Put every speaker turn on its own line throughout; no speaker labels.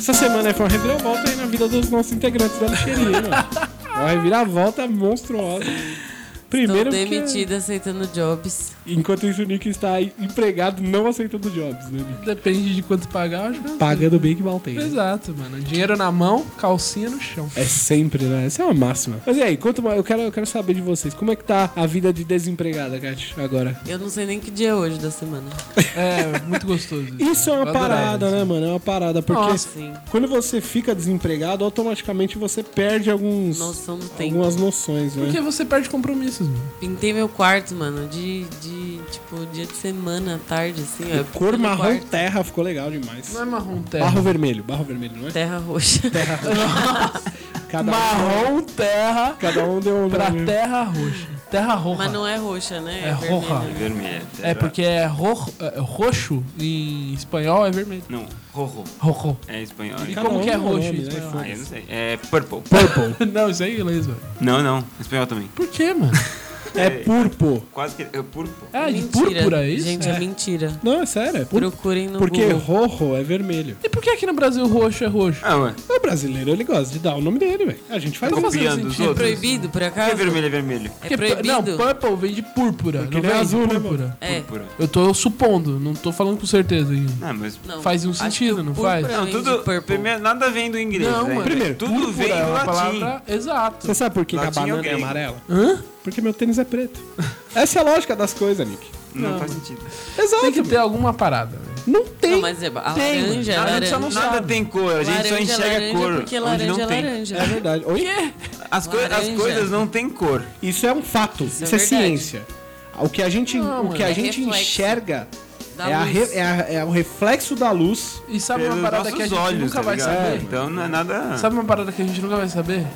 Essa semana é foi uma reviravolta aí na vida dos nossos integrantes da lixeria, mano. Uma reviravolta monstruosa.
Tô
Primeiro que...
demitida aceitando jobs.
Enquanto isso, o Nick está empregado não aceitando jobs, né, Nick?
Depende de quanto pagar, eu acho que... é um
Pagando bem que mal tem. né?
Exato, mano. Dinheiro na mão, calcinha no chão.
É sempre, né? Essa é uma máxima. Mas e aí, conta mais. Eu quero, eu quero saber de vocês. Como é que tá a vida de desempregada, Kat, agora?
Eu não sei nem que dia é hoje da semana.
É, muito gostoso.
Isso é
Eu
uma
adorava
parada,
isso.
né, mano? É uma parada. Porque
Nossa, sim.
quando você fica desempregado, automaticamente você perde alguns,
Noção do tempo.
algumas noções, né?
Porque você perde compromissos, mano.
Pintei meu quarto, mano, de, de tipo, dia de semana, à tarde, assim, ó. Eu pintei
Cor
meu
marrom
quarto,
terra ficou legal demais.
Não é marrom
Barro
terra.
vermelho, barro vermelho, não é?
Terra roxa.
Cada um,
Marrom terra
cada um deu um
pra
nome.
terra roxa. Terra roxa.
Mas não é roxa, né?
É roja.
vermelho.
Vermelho.
É porque é ro- é, roxo em espanhol é vermelho.
Não, rojo.
Rojo.
É espanhol.
Cada
como
um
que é
deu um
roxo
nome,
isso,
né?
mano?
Foda-se.
Ah, eu não sei. É purple.
Purple.
Não, isso é inglês, velho.
Não, não. Espanhol também.
Por quê, mano?
É purpo.
Quase que. É purple.
É de
Mentira.
púrpura, é isso?
Gente, é,
É.
mentira.
Não, é sério, é purpo.
Procurem no
Porque
Google.
rojo é vermelho.
E por que aqui no Brasil roxo é roxo?
Ah, ué.
O brasileiro, ele gosta de dar o nome dele, velho. A gente faz
Copiando
isso.
sentido.
os
É
É
outros.
proibido, por
Por
acaso?
que vermelho é vermelho?
É
pu-
proibido?
Não, purple vem de púrpura.
Porque
não
ele é
vem de
azul, né,
púrpura.
É.
Púrpura.
Eu tô supondo, não tô falando com certeza ainda.
Não, mas.
Não.
Faz um
Acho que
sentido,
o
não
púrpura
faz?
vem
Não,
de
tudo.
purple.
Primeiro, nada vem do inglês.
é Não,
né?
mano.
Primeiro,
tudo vem
é
do
uma
latim.
palavra... Exato.
Você sabe por que, que a
Latim é
banana é
grego.
amarela?
Hã?
Porque meu tênis é preto. Essa é a lógica das coisas, Nick.
Não, faz sentido.
Exato.
Tem que
mano.
ter alguma parada. velho.
Não tem.
Não, mas é a
Tem,
laranja, é
nada
laranja.
só não sabe.
Nada tem cor, a gente
laranja,
só enxerga
laranja,
cor.
Porque
onde
laranja
não
é
tem.
laranja.
É verdade. Oi?
As, coi- as
Laranja.
coisas não têm cor.
Isso é um fato. Isso,
Isso é
é,
verdade.
ciência. O que a gente,
Não,
o que
mano.
a
É
gente
reflexo
enxerga
Da
é, a
luz.
re- é a- é o reflexo da luz.
E sabe
Pelos
uma parada
É nossos
que a gente
olhos,
nunca
tá
vai
ligado?
saber?
Então não é nada.
Sabe uma parada que a gente nunca vai saber?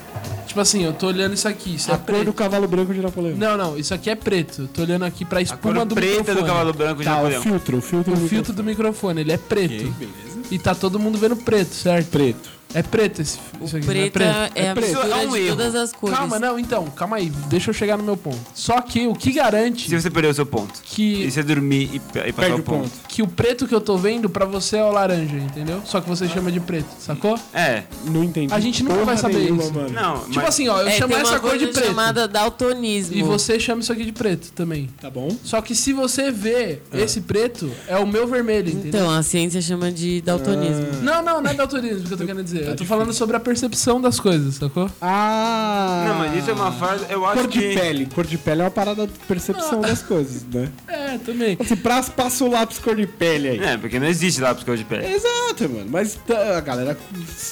Tipo assim, eu tô olhando isso aqui, isso
a
é
cor do
preto.
cavalo branco de Napoleão.
Não, não, isso aqui é preto. Eu tô olhando aqui pra
a
espuma
cor
do
preta do
microfone.
cavalo branco de
Tá, o
Napoleão.
filtro, o filtro.
O
do
filtro do microfone, ele é preto.
microfone. Ok, beleza.
E tá todo mundo vendo preto, certo?
Preto.
É preto esse fi- isso aqui, não é
Preta
preto?
é, a
preto.
mistura
É um
de
erro.
todas as cores.
Calma, não, então, calma aí, deixa eu chegar no meu ponto. Só que o que garante
Se você perder o seu ponto.
que,
E você dormir e, pe- e passar
Perde
o ponto.
que o preto que eu tô vendo pra você é o laranja, entendeu? Só que você chama de preto, sacou?
É.
Não entendi.
A gente nunca
porra
vai saber
nenhuma,
isso.
Mano.
Não,
Tipo
mas-
assim, ó, eu
é,
chamo
tem uma
essa cor
coisa
de preto.
chamada daltonismo.
E você chama isso aqui de preto também.
Tá bom?
Só que se você vê esse preto, é o meu vermelho,
né?
entendeu?
Então, a ciência chama de daltonismo.
Ah.
Não, não, não é daltonismo que eu tô querendo dizer. Eu tô falando sobre a percepção das coisas, sacou?
Ah!
Não, mas isso é uma frase. Eu acho
Cor de
que.
pele. Cor de pele é uma parada de percepção das coisas, né?
É, também.
Assim, pra, passa o lápis cor de pele aí.
É, porque não existe lápis cor de pele.
Exato, mano. Mas tá, a galera,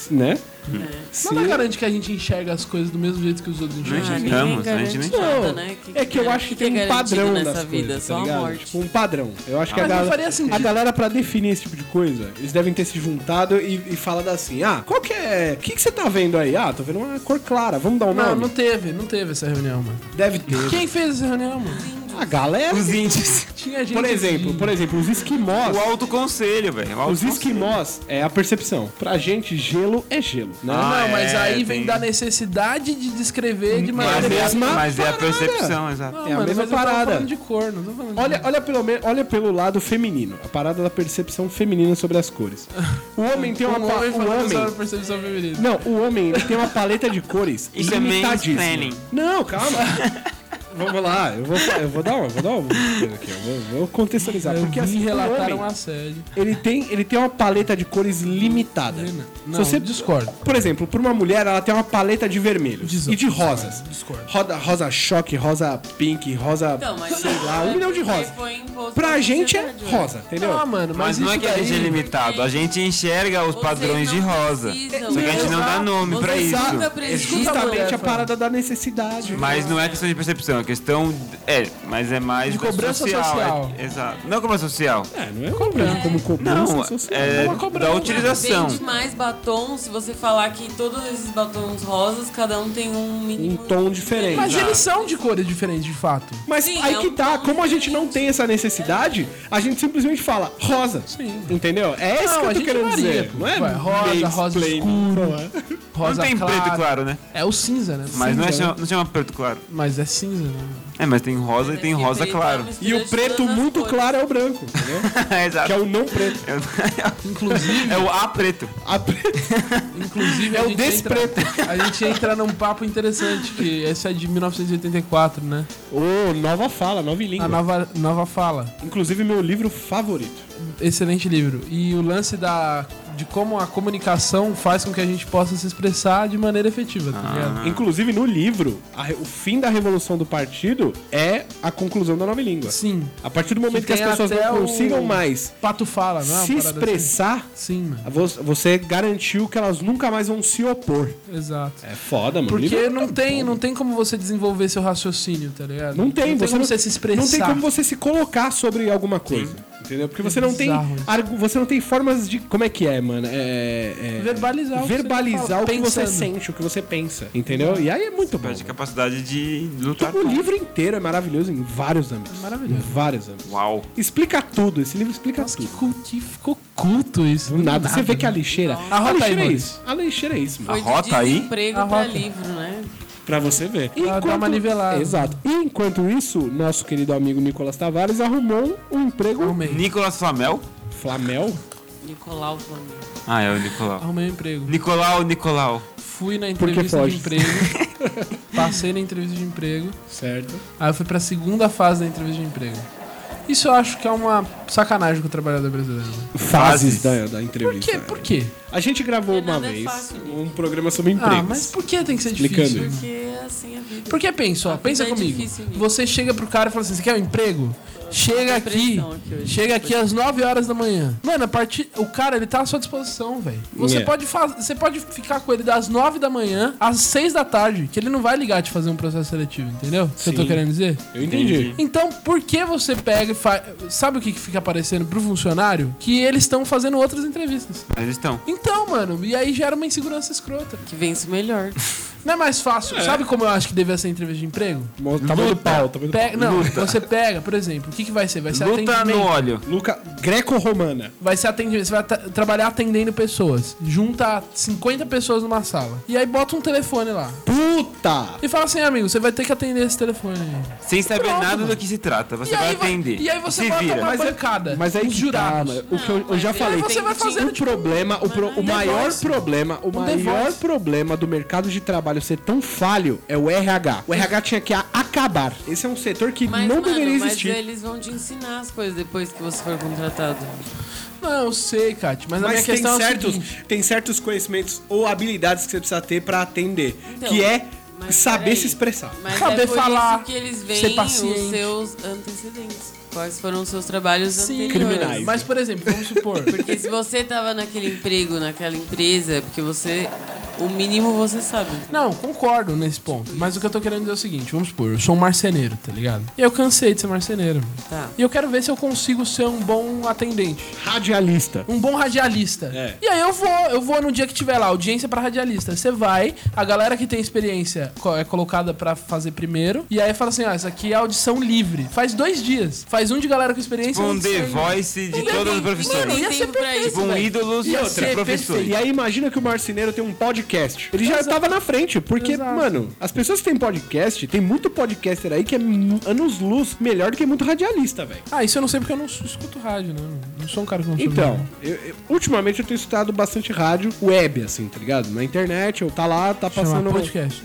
né? Sim.
Nada garante que a gente enxerga as coisas do mesmo jeito que os outros
Não
enxergam.
Ah,
enxergamos,
ninguém
né? A gente nem
garante nada,
Não,
né? Que-
é que eu acho que tem
é
um padrão
garantido
nessa
nessa
vida,
vida,
coisas,
só
tá
a
ligado?
morte.
Tipo, um padrão. Eu acho que a
mas não
galera,
faria sentido.
a galera, pra definir esse tipo de coisa, eles devem ter se juntado e, e falado assim, ah, qual que é... O que, que você tá vendo aí? Ah, tô vendo uma cor clara, vamos dar um
Não,
nome?
não teve, não teve essa reunião, mano.
Deve ter.
Quem fez essa reunião, mano?
A galera... é
Os índios.
Tinha gente.
Por exemplo,
de-
por exemplo, os esquimós...
O alto conselho, velho. o
Os
autoconselho.
esquimós é a percepção. Pra gente, gelo é gelo, né?
Ah,
não, mas
é,
aí vem
tem-
da necessidade de descrever de
Mas,
maneira.
a
é,
mesma
mas é a
parada.
percepção, exato.
Não,
é a
mano,
mesma
mas eu tava
parada.
falando de cor, não tô falando de-
Olha, olha, pelo, me- olha pelo lado feminino, a parada da percepção feminina sobre as cores. O homem tem uma
um
pa-
homem
o
falando
homem-
sobre percepção feminina.
Não, o homem ele tem uma paleta de cores
Isso é
limitadíssima.
mansplaining.
Não, calma. Vamos lá, eu vou, fa- eu vou dar uma, vou dar uma coisa aqui, eu vou, vou contextualizar.
Eu
Porque
vi
assim, o
relatar
homem,
um assédio.
ele, tem, ele tem uma paleta de cores limitada.
Não,
Se você-
discordo.
Por exemplo, pra uma mulher, ela tem uma paleta de vermelhos
Discordo,
e de rosas.
discordo.
Roda, rosa choque, rosa pink, rosa.
Então, mas
sei lá, um milhão de rosas. Pra gente é rosa, entendeu?
Não, Ah, mano, mas,
Mas, não é
isso
que a gente é
daí...
limitado, a gente enxerga os padrões de rosa. Só que a gente não dá nome pra isso.
Nunca
É
precisam.
justamente a
mulher,
parada da necessidade.
Mas não é questão de percepção, é questão. É, mas é mais
De
da
cobrança social.
Exato. Não como é social.
É, não é cobrança como cobrança.
Não,
social.
é
uma cobrança.
da utilização.
Vende mais batons se você falar que todos esses batons rosas, cada um tem um
Um
mínimo.
tom diferente.
Mas
Exato.
eles são de cores diferentes, de fato.
Mas
Sim,
aí
é um
que tá,
tom
como a gente não tem essa necessidade, a gente simplesmente fala rosa.
Sim.
Entendeu? É isso
Não,
que eu
a
tô
gente
querendo
varia,
dizer.
pô.
Não é
Vai, rosa, rosa
mansplaining,
Rosa
não tem
claro.
preto claro, né?
É o cinza, né?
Mas não, é,
Cinza,
chama- não chama preto claro.
Mas é cinza, né?
É, mas tem rosa e tem
assim,
rosa
é
claro.
E o preto muito claro é o branco, entendeu? que
Exato.
é o não preto.
Inclusive,
É o A preto.
A preto.
inclusive
É
a
o
gente entra-
despreto.
A gente entra num papo interessante, que esse é de 1984, né?
Ô, nova fala, nova em língua.
A nova, nova fala.
Inclusive, meu livro favorito.
Excelente livro. E o lance da de como a comunicação faz com que a gente possa se expressar de maneira efetiva,
Ah.
tá ligado?
Inclusive, no livro, a re- o fim da revolução do partido é a conclusão da nova língua.
Sim.
A partir do momento que,
Que tem
as pessoas
até
não
o-
consigam mais
Pato fala, não é? uma
se
parada
expressar,
assim? Sim, mano.
vo- você garantiu que elas nunca mais vão se opor.
Exato.
É foda, mano.
Porque
Livro-
não tem, não tem como você desenvolver seu raciocínio, tá ligado?
Não tem,
não tem
você
como
não-
você se expressar.
Não tem como você se colocar sobre alguma coisa. Entendeu? Porque você não tem.
bizarro isso.
argu- Você não tem formas de. Como é que é, mano? É. é-
Verbalizar o que você
verbalizar
fala,
o que você
pensando.
sente, o que você pensa. Entendeu? E aí é muito bom.
Perde a capacidade de lutar.
Tipo
O livro inteiro é maravilhoso em vários âmbitos.
É maravilhoso.
Em vários âmbitos.
Uau.
Explica tudo, esse livro explica
Nossa, que
tudo.
culti, ficou culto isso.
Do nada. Você vê que a lixeira.
Não.
A,
Arrota aí,
lixeira é
Maurício.
isso. A lixeira é isso, mano.
Foi
Arrota aí.
Emprego pra
Arrota.
livro, né?
Pra você ver.
Ela dá uma nivelada.
Exato. E enquanto isso, nosso querido amigo Nicolas Tavares arrumou um emprego.
Arrumei.
Nicolas Flamel?
Flamel?
Nicolau Flamengo.
Ah, é o Nicolau.
Arrumei um emprego.
Nicolau, Nicolau.
Fui na
que
entrevista
foge?
de emprego. passei na entrevista de emprego.
Certo.
Aí eu fui pra segunda fase da entrevista de emprego. Isso eu acho que é uma sacanagem com o trabalhador brasileiro. né?
Fases
Fases.
da, da
Por
entrevista.
quê? Por quê?
A gente gravou
Porque
uma
nada é
vez
fácil, né?
um programa sobre empregos.
Ah, mas por que tem que ser
Explicando
difícil?
isso.
Porque assim é a vida.
Porque pensa, ó,
A
pensa
vida é
comigo.
difícil, amigo.
Você chega pro cara e fala assim: você quer um emprego? Chega aqui.
depressão aqui hoje.
Chega aqui às 9 horas da manhã. Mano, a partir. O cara, ele tá à sua disposição, velho. Você,
É.
pode faz... você pode ficar com ele das 9 da manhã às 6 da tarde, que ele não vai ligar te fazer um processo seletivo, entendeu? O que eu tô
Sim.
querendo dizer?
Eu entendi.
Entendi.
Então, por que você pega e faz. Sabe o que que fica aparecendo pro funcionário? Que eles estão fazendo outras entrevistas.
Mas eles estão.
Então, mano, e aí gera uma insegurança escrota.
Que vence o melhor.
Não é mais fácil. Sabe como eu acho que deveria ser entrevista de emprego?
Mo- Tamanho do tá pau, tamanho do pau.
Pega, não, você pega, por exemplo, o que, que vai ser? Vai ser
Luta
atendimento.
no óleo.
Luca greco-romana.
Vai ser atendimento. Você vai ta- trabalhar atendendo pessoas. Junta 50 pessoas numa sala. E aí bota um telefone lá.
Puta!
E fala assim, amigo, você vai ter que atender esse telefone aí.
Sem saber
Pronto,
nada
mano.
do que se trata. Você
e,
vai
aí
atender.
e aí você
se
bota
vira.
uma
Mas é-
bancada.
mas aí
os
que tá,
jurados.
mano. O que eu, eu já
mas
falei.
aí
você vai
Tem-
fazendo,
O problema, o, pro- o
tipo, Um
maior
The Voice.
problema, o
Um The
maior
Voice.
problema do mercado de trabalho ser tão falho é o RH. O RH tinha que a- acabar. Esse é um setor que
Mas,
não
mano,
deveria
mas
existir.
eles vão te ensinar as coisas depois que você for contratado.
Não, eu sei, Kat, mas, a minha
Mas tem
questão é o
certos,
seguinte.
tem certos conhecimentos ou habilidades que você precisa ter pra atender,
Então,
que é
mas
saber
peraí.
se expressar.
Mas
Saber
é por
falar,
isso que eles
ser
veem os
paciente.
seus antecedentes. Quais foram os seus trabalhos
Sim,
anteriores.
Criminais.
mas por exemplo, vamos supor.
Porque se você tava naquele emprego, naquela empresa, é porque você. O mínimo você sabe.
Não, concordo nesse ponto. Mas o que eu tô querendo dizer é o seguinte: vamos supor, eu sou um marceneiro, tá ligado? E eu cansei de ser marceneiro. mano.
Tá.
E eu quero ver se eu consigo ser um bom atendente.
Radialista.
Um bom radialista.
É.
E aí eu vou, eu vou no dia que tiver lá, audiência pra radialista. Você vai, a galera que tem experiência co- é colocada pra fazer primeiro. E aí fala assim: ó, isso aqui é audição livre. Faz dois dias. Faz um de galera com experiência. e
Um
outro
The
sem.
Voice
Um
de
Ninguém-
todas as
Ninguém
profissões.
Ia
tem
ser
tempo pra
perfeito.
isso.
Tipo, um
velho.
ídolos
Ia
de
ser
E
profissores.
aí imagina que o marceneiro tem um podcast. Ele já tava na frente, porque,
Exato.
mano, as pessoas que têm podcast, tem muito podcaster aí que é mu- anos-luz melhor do que muito radialista, velho.
Ah, isso eu não sei porque eu não s- escuto rádio, né? Não sou um cara que não
Então, eu- eu- ultimamente eu tenho escutado bastante rádio web, assim, tá ligado? Na internet, eu tá lá, tá passando.
Passando podcast.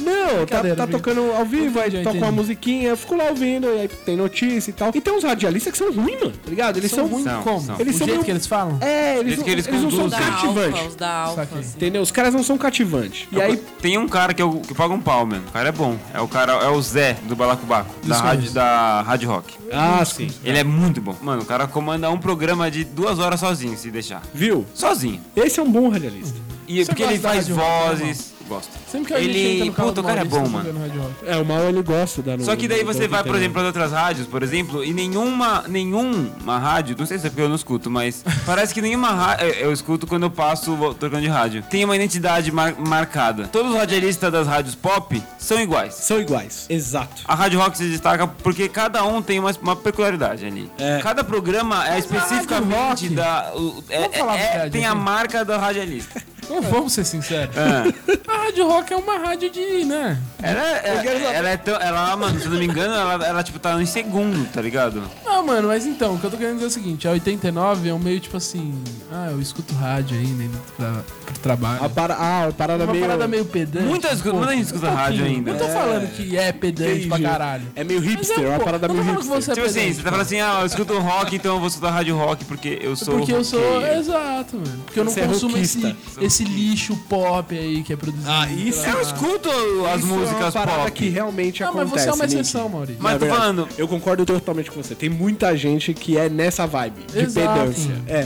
Não, tá,
Brincadeira,
tá
viu?
tocando ao vivo, aí
Entendi,
toca uma
entendi.
musiquinha, eu fico lá ouvindo, e aí tem notícia e tal. E tem uns radialistas que são ruins, mano, tá ligado? Eles são,
muito
São,
como?
são.
Eles
Eles
o
são
jeito
meio-
que eles falam? Tá
É, eles,
Jeito
não,
que eles
eles não são
Os da
conduzem.
alfa, os
cativantes.
da alfa.
Saquei.
Assim.
Entendeu? Os caras não são cativantes. E aí,
Tem um cara que, é o- que paga um pau, mano. O cara é bom. É o cara, é o Zé do Balacobaco, da rádio, da rádio Rock.
Ah, sim.
Ele é muito bom. Mano, o cara comanda um programa de duas horas sozinho, se deixar.
Viu?
Sozinho.
Esse é um bom radialista.
E
Você
porque ele
gosta da
faz
Rádio Rock,
vozes, Gosto.
Sempre que a gente
Ele-
entra no carro
puta,
do
o cara é
Maurício,
bom,
tá
mano.
tocando Hard Rock.
É, o mal ele gosta da
Só que daí você vai, por exemplo, para outras rádios, por exemplo, e nenhuma, nenhuma rádio, não sei se é porque eu não escuto, mas parece que nenhuma rádio, eu escuto quando eu passo vo- trocando de rádio. Tem uma identidade mar- marcada. Todos os radialistas das rádios pop são iguais.
São iguais. Exato.
A Rádio Rock se destaca porque cada um tem uma, uma peculiaridade ali.
É.
Cada programa é especificamente
Rock-
da. o- é-
Vamos falar assim. a
é-
verdade
tem a
aqui.
marca da radialista.
Não vamos ser sinceros.
É.
A Rádio Rock é uma rádio de, né?
Ela, é-
quero saber.
ela é tão. Ela, mano, se eu não me engano, ela, ela tipo tá em segundo, tá ligado?
Não, mano, mas então, o que eu tô querendo dizer é o seguinte, a 89 é um meio tipo assim, ah, eu escuto rádio aí, né, pra, pro trabalho.
A para... Ah, a parada
uma
meio...
parada meio pedante. um
Muita escu- muita gente escuta rádio
pouquinho.
ainda.
Não tô
É.
falando que é pedante
Entendi.
pra caralho.
É meio
Mas
hipster, é, uma
pô,
parada
não
meio
tô falando que
hipster.
você é
Tipo assim,
pedante,
você tá falando assim, ah, eu escuto rock, então eu vou escutar rádio rock porque eu sou.
É Porque eu sou.
roqueiro.
Exato, mano. Porque eu não
Você é
consumo
rockista.
esse, esse lixo pop aí que é produzido.
Ah, isso
pela-
Eu escuto as
Isso é uma
músicas
parada
pop.
que realmente
Não, mas
acontece,
você é uma
Nick.
exceção, Maurício.
Mas
Na
tô
verdade,
falando-
Eu concordo totalmente com você. Tem muita gente que é nessa vibe, de
Exato.
pedância. É, é,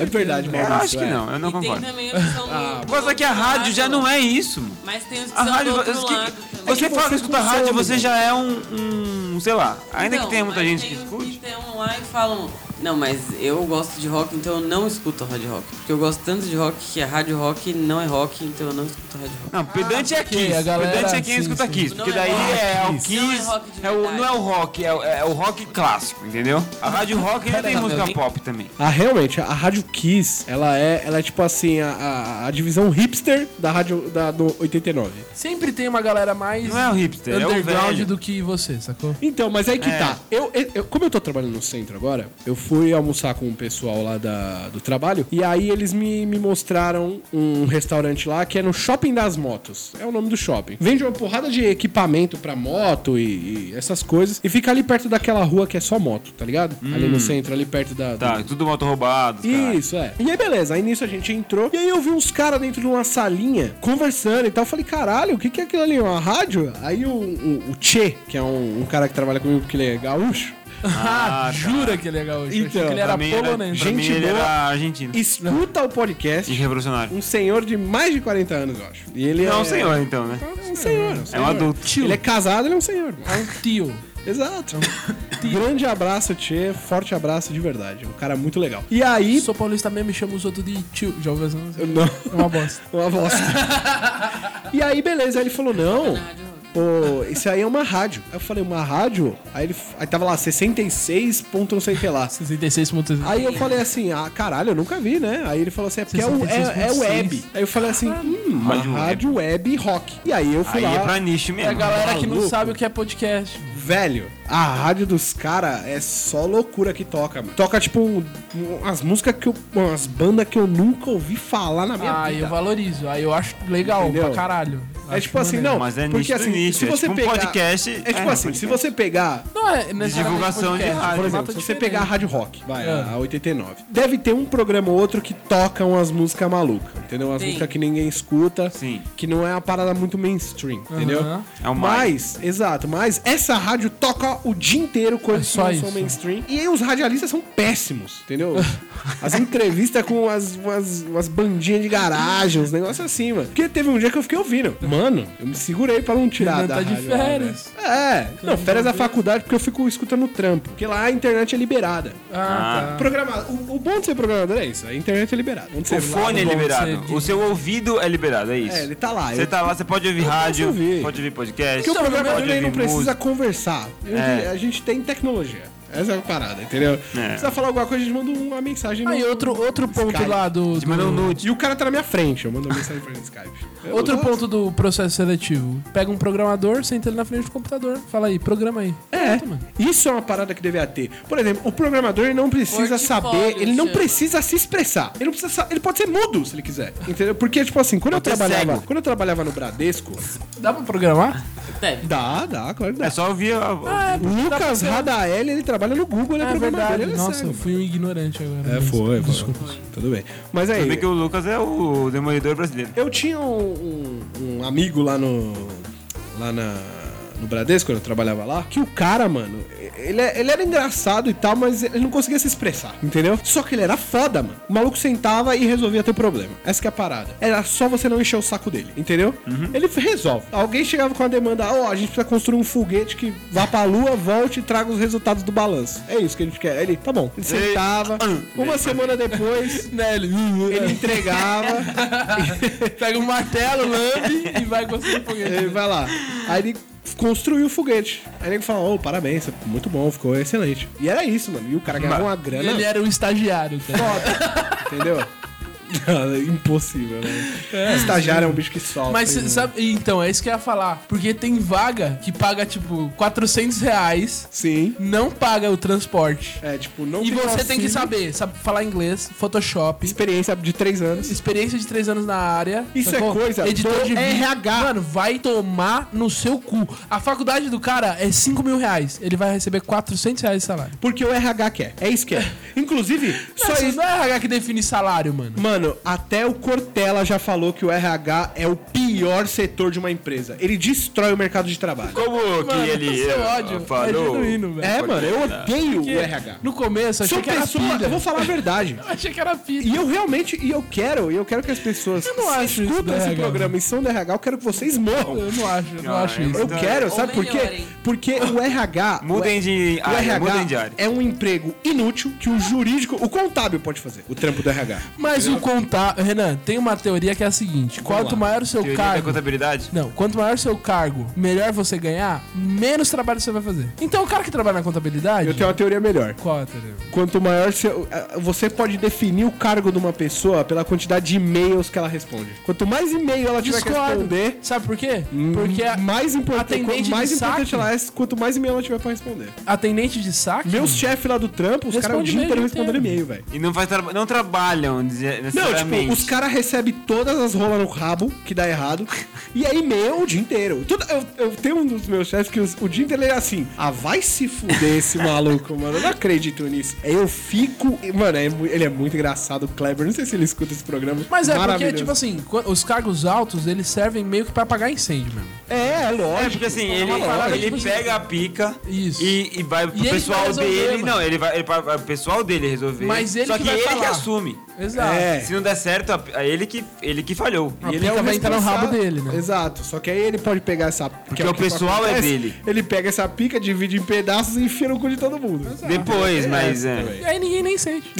é verdade,
Eu
Maurício.
acho que
é.
não, eu não
e tem
concordo.
também a questão do.
Mas é que a rádio já não é isso. mano.
Mas tem os que
A
são
rádio.
do outro
você-
lado
É
também.
Você fala que
você
escuta rádio,
consome,
você já é um. um, sei lá. Ainda
Então,
que tenha muita
mas
gente
tem
que
os
escute.
Que estão lá e falam, não, mas eu gosto de rock, então eu não escuto rádio rock. Porque eu gosto tanto de rock que a rádio rock não é rock, então eu não escuto rádio rock.
Não, pedante é
porque
Kiss.
a galera-
pedante é quem
sim,
escuta
sim.
Kiss. Porque
Não é
daí
rock.
é o
Não é
Kiss.
rock de
é o-
verdade.
não é o rock, é, o- é o rock clássico, entendeu? A rádio rock ainda tem
Pera,
música
meu,
pop também.
Ah, realmente, a Rádio Kiss, ela é, ela é tipo assim, a, a- a divisão hipster da Rádio da, do 89.
Sempre tem uma galera mais
Não é o hipster, é o
underground
velho.
do que você, sacou?
Então, mas aí que
É.
tá. Eu, eu- eu- como eu tô trabalhando no centro agora, eu fui almoçar com o pessoal lá da, do trabalho. E aí eles me, me mostraram um restaurante lá que é no Shopping das Motos. É o nome do shopping. Vende uma porrada de equipamento pra moto e, e essas coisas. E fica ali perto daquela rua que é só moto, tá ligado? Ali no centro, ali perto da.
Hum. Tá,
do-
tudo moto roubado. os caralho.
Isso, é. E aí, beleza. Aí nisso a gente entrou. E aí eu vi uns caras dentro de uma salinha conversando e tal. Eu falei, caralho, o que, que é aquilo ali? Uma rádio? Aí o, o, o Che, que é um, um cara que trabalha comigo porque ele é gaúcho,
Ah,
Ah, tá.
jura que ele é gaúcho. Eu achei
Então,
que ele era
Pra mim era-
polonês.
pra mim
Gente
ele
boa.
era argentino.
escuta o
E
podcast.
revolucionário.
Um senhor de mais de 40 anos, eu acho. E ele
Não,
é
é um senhor então, né?
Um senhor. um
É um
senhor.
adulto.
Ele é casado, ele é um senhor.
É um tio.
Exato. Grande abraço, Tchê. Forte abraço de verdade. Um cara muito legal. E aí.
Sou paulista mesmo e chamo os outros de tio. Já ouviu essa música?
Não.
É uma bosta.
Uma bosta. e aí, beleza. Aí ele falou: não.
Na rádio rock.
Pô, isso aí é uma rádio. Aí eu falei, uma rádio? Aí ele aí tava lá, 66 ponto não sei o que lá.
66.3.
Aí eu falei assim, ah, caralho, eu nunca vi, né? Aí ele falou assim, é porque é, o, é, é o web. Aí eu falei assim,
Ah,
hum, uma
Rádio um web.
rádio web rock. E aí eu fui
Aí
lá,
é pra nicho
É
mesmo.
a galera que não
Maluco.
sabe o que é podcast.
velho, a rádio dos caras é só loucura que toca, mano. Toca, tipo, um- umas músicas que eu... umas bandas que eu nunca ouvi falar na minha
Ah,
vida.
eu valorizo. Aí eu acho legal
Entendeu?
pra caralho.
É
Acho
tipo assim,
maneiro.
não,
Mas é
porque
nicho do
assim,
nicho,
se
é
você
tipo um
pegar...
podcast,
É
é,
tipo
um
assim, se você pegar
Não é necessariamente
divulgação de
podcast,
rádio,
Por
é um
exemplo,
formato
se você pegar a Rádio Rock, vai,
É.
a 89. Deve ter um programa ou outro que toca umas músicas malucas, entendeu? Umas
Tem.
músicas que ninguém escuta.
Sim.
Que não é uma parada muito mainstream, entendeu?
É o
mas, exato, mas essa rádio toca o dia inteiro coisas
É
que
só
não são
isso.
mainstream. E aí os radialistas são péssimos, entendeu? As entrevistas com as, umas, umas bandinhas de garagem, uns negócios assim, mano. Porque teve um dia que eu fiquei ouvindo. Mano, eu me segurei pra não tirar
Renan
da
tá de
rádio lá, né?
férias.
É, não, férias da faculdade porque eu fico escutando o trampo. Porque lá a internet é liberada.
Ah, tá.
Programa- o, o bom de ser programador é isso, a internet é liberada. Onde você
O
vai-
fone é
bom
liberado.
ser
O seu ouvido é liberado, é isso.
É, ele tá lá.
Você
Eu-
tá lá, você pode ouvir
posso
rádio,
ouvir.
pode ouvir podcast. tá
Porque o programador
pode
ele não
ouvir
precisa
música.
conversar. Eu-
É.
A gente tem tecnologia. Essa é a parada, entendeu?
É.
Precisa falar alguma coisa, a gente manda uma mensagem.
Aí
no-
outro, outro ponto
Skype.
lá do...
Te manda um
do...
nude.
E o cara tá na minha frente, eu mando uma mensagem pra ele no Skype. Eu-
Outro ponto do processo seletivo. Pega um programador, senta ele na frente do computador. Fala aí, programa aí.
É,
Pronto, mano.
isso é uma parada que deveria ter. Por exemplo, o programador ele não precisa
Portfólio,
saber, ele não
Jean.
precisa se expressar. Ele, não precisa, sa- ele pode ser mudo se ele quiser. Entendeu? Porque, tipo assim, quando eu,
Pode ser
trabalhava,
cego.
quando eu trabalhava no Bradesco.
Dá pra programar?
Ah,
Deve.
Dá, dá, claro que dá.
É só ouvir. a-
Ah,
Lucas Radael, ele trabalha no Google, ele é,
é
programador,
verdade.
ele é
Nossa,
cego.
eu fui um ignorante agora.
É, foi,
Desculpa.
foi. Tudo bem. Mas aí.
Você vê que o Lucas é o demolidor brasileiro.
Eu tinha um, um- um amigo lá no. lá na, no Bradesco, quando eu trabalhava lá, que o cara, mano, ele, é- ele era engraçado e tal, mas ele não conseguia se expressar, entendeu? Só que ele era foda, mano. O maluco sentava e resolvia teu problema. Essa que é a parada. Era só você não encher o saco dele, entendeu?
Uhum.
Ele resolve. Alguém chegava com a demanda, ó, a gente precisa construir um foguete que vá pra lua, volte e traga os resultados do balanço. É isso que a gente quer. Aí Ele, tá bom. Ele sentava, uma semana depois,
Né, ele...
ele entregava.
Pega um martelo, lambe
É.
e vai um conseguir o foguete.
Ele vai lá. Aí ele construiu o foguete. Aí ele fala, ô, parabéns, muito bom, ficou excelente. E era isso, mano. E o cara ganhava uma grana
Ele era um estagiário, tá?
foda, entendeu? Não, é Impossível, né? Estagiário é um bicho que solta.
Mas
hein,
cê sabe, então, é isso que eu ia falar. Porque tem vaga que paga, tipo, 400 reais,
Sim.
não paga o transporte.
É, tipo, não
E você tem que
auxílio,
saber, sabe falar inglês, Photoshop,
Experiência de três anos.
experiência de três anos na área.
Isso é coisa
Editor
do
de vídeo.
RH.
Mano, vai tomar no seu cu. A faculdade do cara é 5 mil reais. Ele vai receber 400 reais de salário.
Porque o RH quer. É isso que é. Inclusive, só
Só
isso.
isso não é RH que define salário, mano.
Mano, até o Cortella já falou que o RH é o pior setor de uma empresa. Ele destrói o mercado de trabalho.
Como que
Mano,
ele
seu
eh,
ódio é
falou?
genuíno, velho.
É, mano, eu odeio o RH.
No começo, achei
São
que era
pessoas.
pilha.
Eu vou falar a verdade.
Achei que era pilha.
E eu realmente, e eu quero, e eu quero que as pessoas
Eu não
se
acho isso do
escutam esse
RH,
programa e são do RH, eu quero que vocês morram.
Eu não acho, eu não
Ah,
acho
é
isso.
Eu
Então,
quero,
ou
sabe por quê?
melhorem.
Porque o RH.
Mudem de
o
área, mudem de
RH
área.
é um emprego inútil que o jurídico, o contábil pode fazer, o trampo do RH.
Mas o contar. Renan, tem uma teoria que é a seguinte: quanto
lá.
maior o seu
Teoria da
cargo.
contabilidade?
Não, quanto maior o seu cargo, melhor você ganhar, menos trabalho você vai fazer. Então o cara que trabalha na contabilidade.
Eu tenho uma teoria melhor.
Qual é a teoria?
Quanto maior seu, ah, você pode definir o cargo de uma pessoa pela quantidade de e-mails que ela responde. Quanto mais e-mail ela tiver que
Discordo.
responder, Hum.
Sabe por quê? Porque a,
mais importante,
atendente
quanto mais
de
importante
saque-
ela é, quanto mais e-mail ela tiver pra responder.
atendente de saque.
Meus chefes lá do trampo, os caras o
Responde
dia inteiro
e-mail
respondendo
inteiro.
e-mail, velho.
E não, faz traba- não trabalham
Não,
necessariamente.
tipo, os caras recebem todas as rolas no rabo, que dá errado, e é e-mail o dia inteiro. Tudo- eu, eu tenho um dos meus chefes que os- o dia inteiro ele é assim, ah, vai se fuder esse maluco, mano, eu não acredito nisso. Aí Eu fico... Mano, é mu- ele é muito engraçado, o Kleber, não sei se ele escuta esse programa.
Mas é porque,
Maravilhoso.
tipo assim, qu- os cargos altos, eles servem meio que pra apagar incêndio mesmo.
É, é
É,
lógico.
porque assim,
Uma
ele,
parada,
ele
tipo assim,
pega a pica
Isso.
E, e vai pro
ele vai
pessoal
resolver,
dele.
mano.
Não, ele vai, ele vai vai pro pessoal dele resolver.
Mas ele
Só
que
que,
vai
ele que
falar.
assume.
Exato.
É.
Se não der certo, a- a ele que, ele que falhou.
A
E ele é
pica
o
vai entrar tá no rabo
responsável-
dele, né?
Exato. Só que aí ele pode pegar essa. Porque
o pessoal é dele.
Ele pega essa pica, divide em pedaços e enfia no cu de todo mundo.
é,
Depois, mas. É,
E aí ninguém nem sente.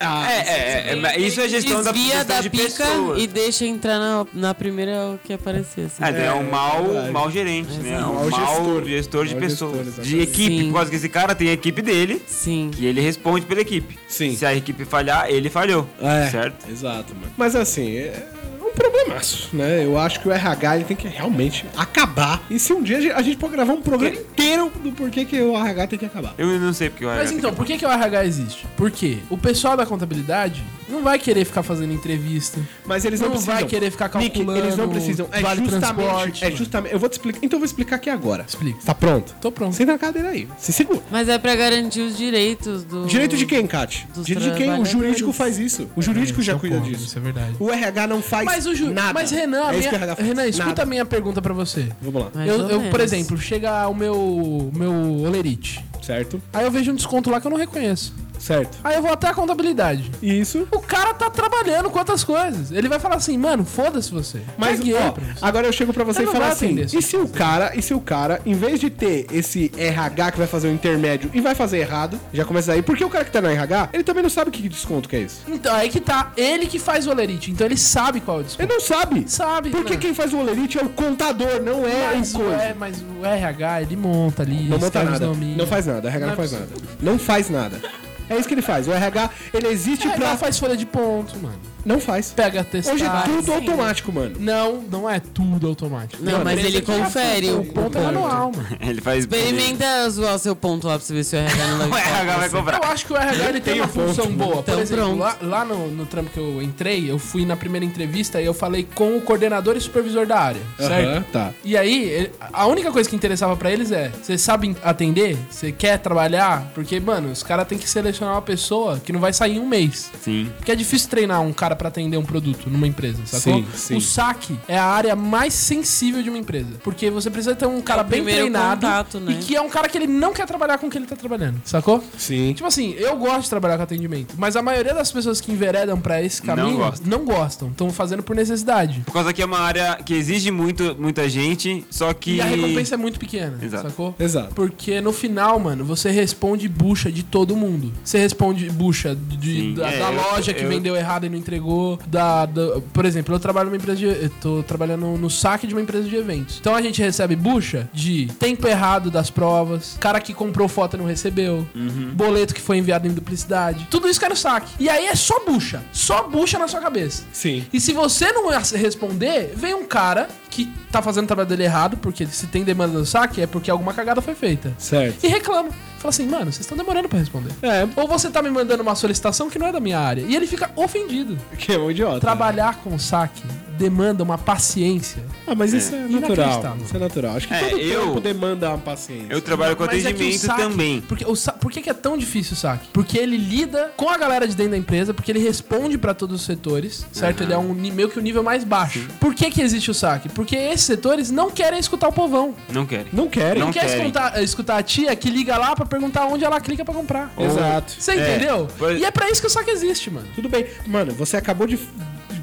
Ah,
é, é, é, mas isso é gestão da
Desvia
gestão
da,
de
pica
pessoas.
e deixa entrar na, na primeira que aparecer, assim.
Ah, então é um mau,
verdade.
mau gerente, né? É
Mau
um mau
gestor.
gestor, de
Mau gestor,
pessoas. de
exatamente.
equipe,
Sim.
por causa que esse cara tem a equipe dele
Sim.
e ele responde pela equipe.
Sim.
Se a equipe falhar, ele falhou.
É.
Certo?
Exato, mano. Mas assim, é um problemaço, né? Eu acho que o RH ele tem que realmente acabar. E se um dia a gente- a gente pode gravar um programa
É.
inteiro do porquê que o RH tem que acabar.
Eu não sei porque o
Mas
RH
então, por que, que o RH existe? Porque o pessoal da contabilidade não vai querer ficar fazendo entrevista.
Mas eles
não
não, precisam.
vai querer ficar
Nick,
calculando.
eles não precisam. É
vale
justamente.
transporte.
É justamente. Eu vou te explicar. Então eu vou explicar aqui agora.
Explica.
Tá pronto?
Tô pronto.
Senta na cadeira aí. Se segura.
Mas é pra garantir os direitos do...
Direito de quem, Kat?
Dos
Direito de quem? O
trabalhadores.
jurídico faz isso. O jurídico já
Então,
cuida
pô,
disso.
Isso é verdade.
O RH não faz
Mas o ju...
nada.
Mas Renan, a
é isso que o
minha...
RH faz.
Renan, escuta
Nada.
a minha pergunta pra você.
Vamos lá.
Mais
Eu,
ou
eu, por
menos.
exemplo, chega o meu meu olerite.
Certo?
Aí eu vejo um desconto lá que eu não reconheço.
Certo.
Aí eu vou até a contabilidade.
Isso.
O cara tá trabalhando com outras coisas. Ele vai falar assim, mano, foda-se você.
Mas
Caguei
ó,
pra você. Tá
agora eu chego pra você
Eu
e
não
falo
vou
assim:
atender
e
isso.
se o cara, e se o cara, em vez de ter esse RH que vai fazer o intermédio e vai fazer errado, já começa aí, porque o cara que tá no RH, ele também não sabe que desconto que é isso.
Então, aí que tá. Ele que faz o olerite. Então ele sabe qual é o desconto.
Ele não sabe.
Sabe,
Porque
né?
quem faz o olerite é o contador, não é
Mas
o
o,
coisa.
é, mas o RH, ele monta ali.
Não
os
monta
termos
nada.
da minha.
Não faz nada. A regra não,
Não é
faz nada. Não faz nada. É isso que ele faz. O RH, ele existe
O RH
pra.
É, faz folha de ponto, mano.
Não faz.
Pega
Hoje é
testar.
tudo
sim.
automático, mano.
Não, não é tudo automático.
Não, mas ele confere.
O ponto é manual, mano.
Ele faz.
Experimenta zoar o seu ponto lá pra você ver se o RH não
O
vai
RH vai
Eu
cobrar.
acho que o RH ele tem, uma função boa. Por
Então,
exemplo,
pronto.
lá, lá no, no trampo que eu entrei, eu fui na primeira entrevista e eu falei com o coordenador e supervisor da área, certo?
Aham, tá.
E aí, ele- a única coisa que interessava pra eles é: você sabe atender? Você quer trabalhar? Porque, mano, os caras têm que selecionar uma pessoa que não vai sair em um mês.
Sim.
Porque é difícil treinar um cara pra atender um produto numa empresa, sacou?
Sim, sim.
O saque é a área mais sensível de uma empresa. Porque você precisa ter um cara
É o
bem
primeiro
treinado
contato, né?
e que é um cara que ele não quer trabalhar com o que ele tá trabalhando, sacou?
Sim.
Tipo assim, eu gosto de trabalhar com atendimento, mas a maioria das pessoas que enveredam pra esse caminho
gosta.
não gostam, estão fazendo por necessidade.
Por causa que é uma área que exige muito, muita gente, só que.
E a recompensa é muito pequena,
Exato.
sacou?
Exato.
Porque no final, mano, você responde bucha de todo mundo. Você responde bucha de-
Sim.
da,
É,
da
eu-
loja que
eu-
vendeu errado e não entregou. Da, da- por exemplo, eu trabalho numa empresa de. Eu tô trabalhando no saque de uma empresa de eventos. Então a gente recebe bucha de tempo errado das provas, cara que comprou foto e não recebeu,
Uhum.
boleto que foi enviado em duplicidade. Tudo isso cai no saque. E aí é só bucha. Só bucha na sua cabeça.
Sim.
E se você não as- responder, vem um cara que tá fazendo o trabalho dele errado, porque se tem demanda no saque, é porque alguma cagada foi feita.
Certo.
E reclama. Fala assim, mano, vocês estão demorando pra responder.
É,
Ou você tá me mandando uma solicitação que não é da minha área. E ele fica ofendido.
porque é um idiota.
Trabalhar com saque demanda uma paciência.
Ah, mas isso é natural.
Inacreditável.
Isso é natural. Acho que
É,
todo
eu-
tempo demanda uma paciência.
Eu trabalho com
Mas é que o
atendimento
saque-
também.
Porque o sa- por que, que é tão difícil o saque? Porque ele lida com a galera de dentro da empresa, porque ele responde pra todos os setores, certo? Ele é um ni- meio que o nível mais baixo. Por que, que existe o saque? Porque esses setores não querem escutar o povão.
Não querem.
Não querem.
Não,
Não
quer
querem.
escutar, eh, escutar a tia que liga lá pra perguntar onde ela clica pra comprar.
Exato.
Você
É.
entendeu?
Pois-
E é pra isso que o saque existe, mano.
Tudo bem. Mano, você acabou de,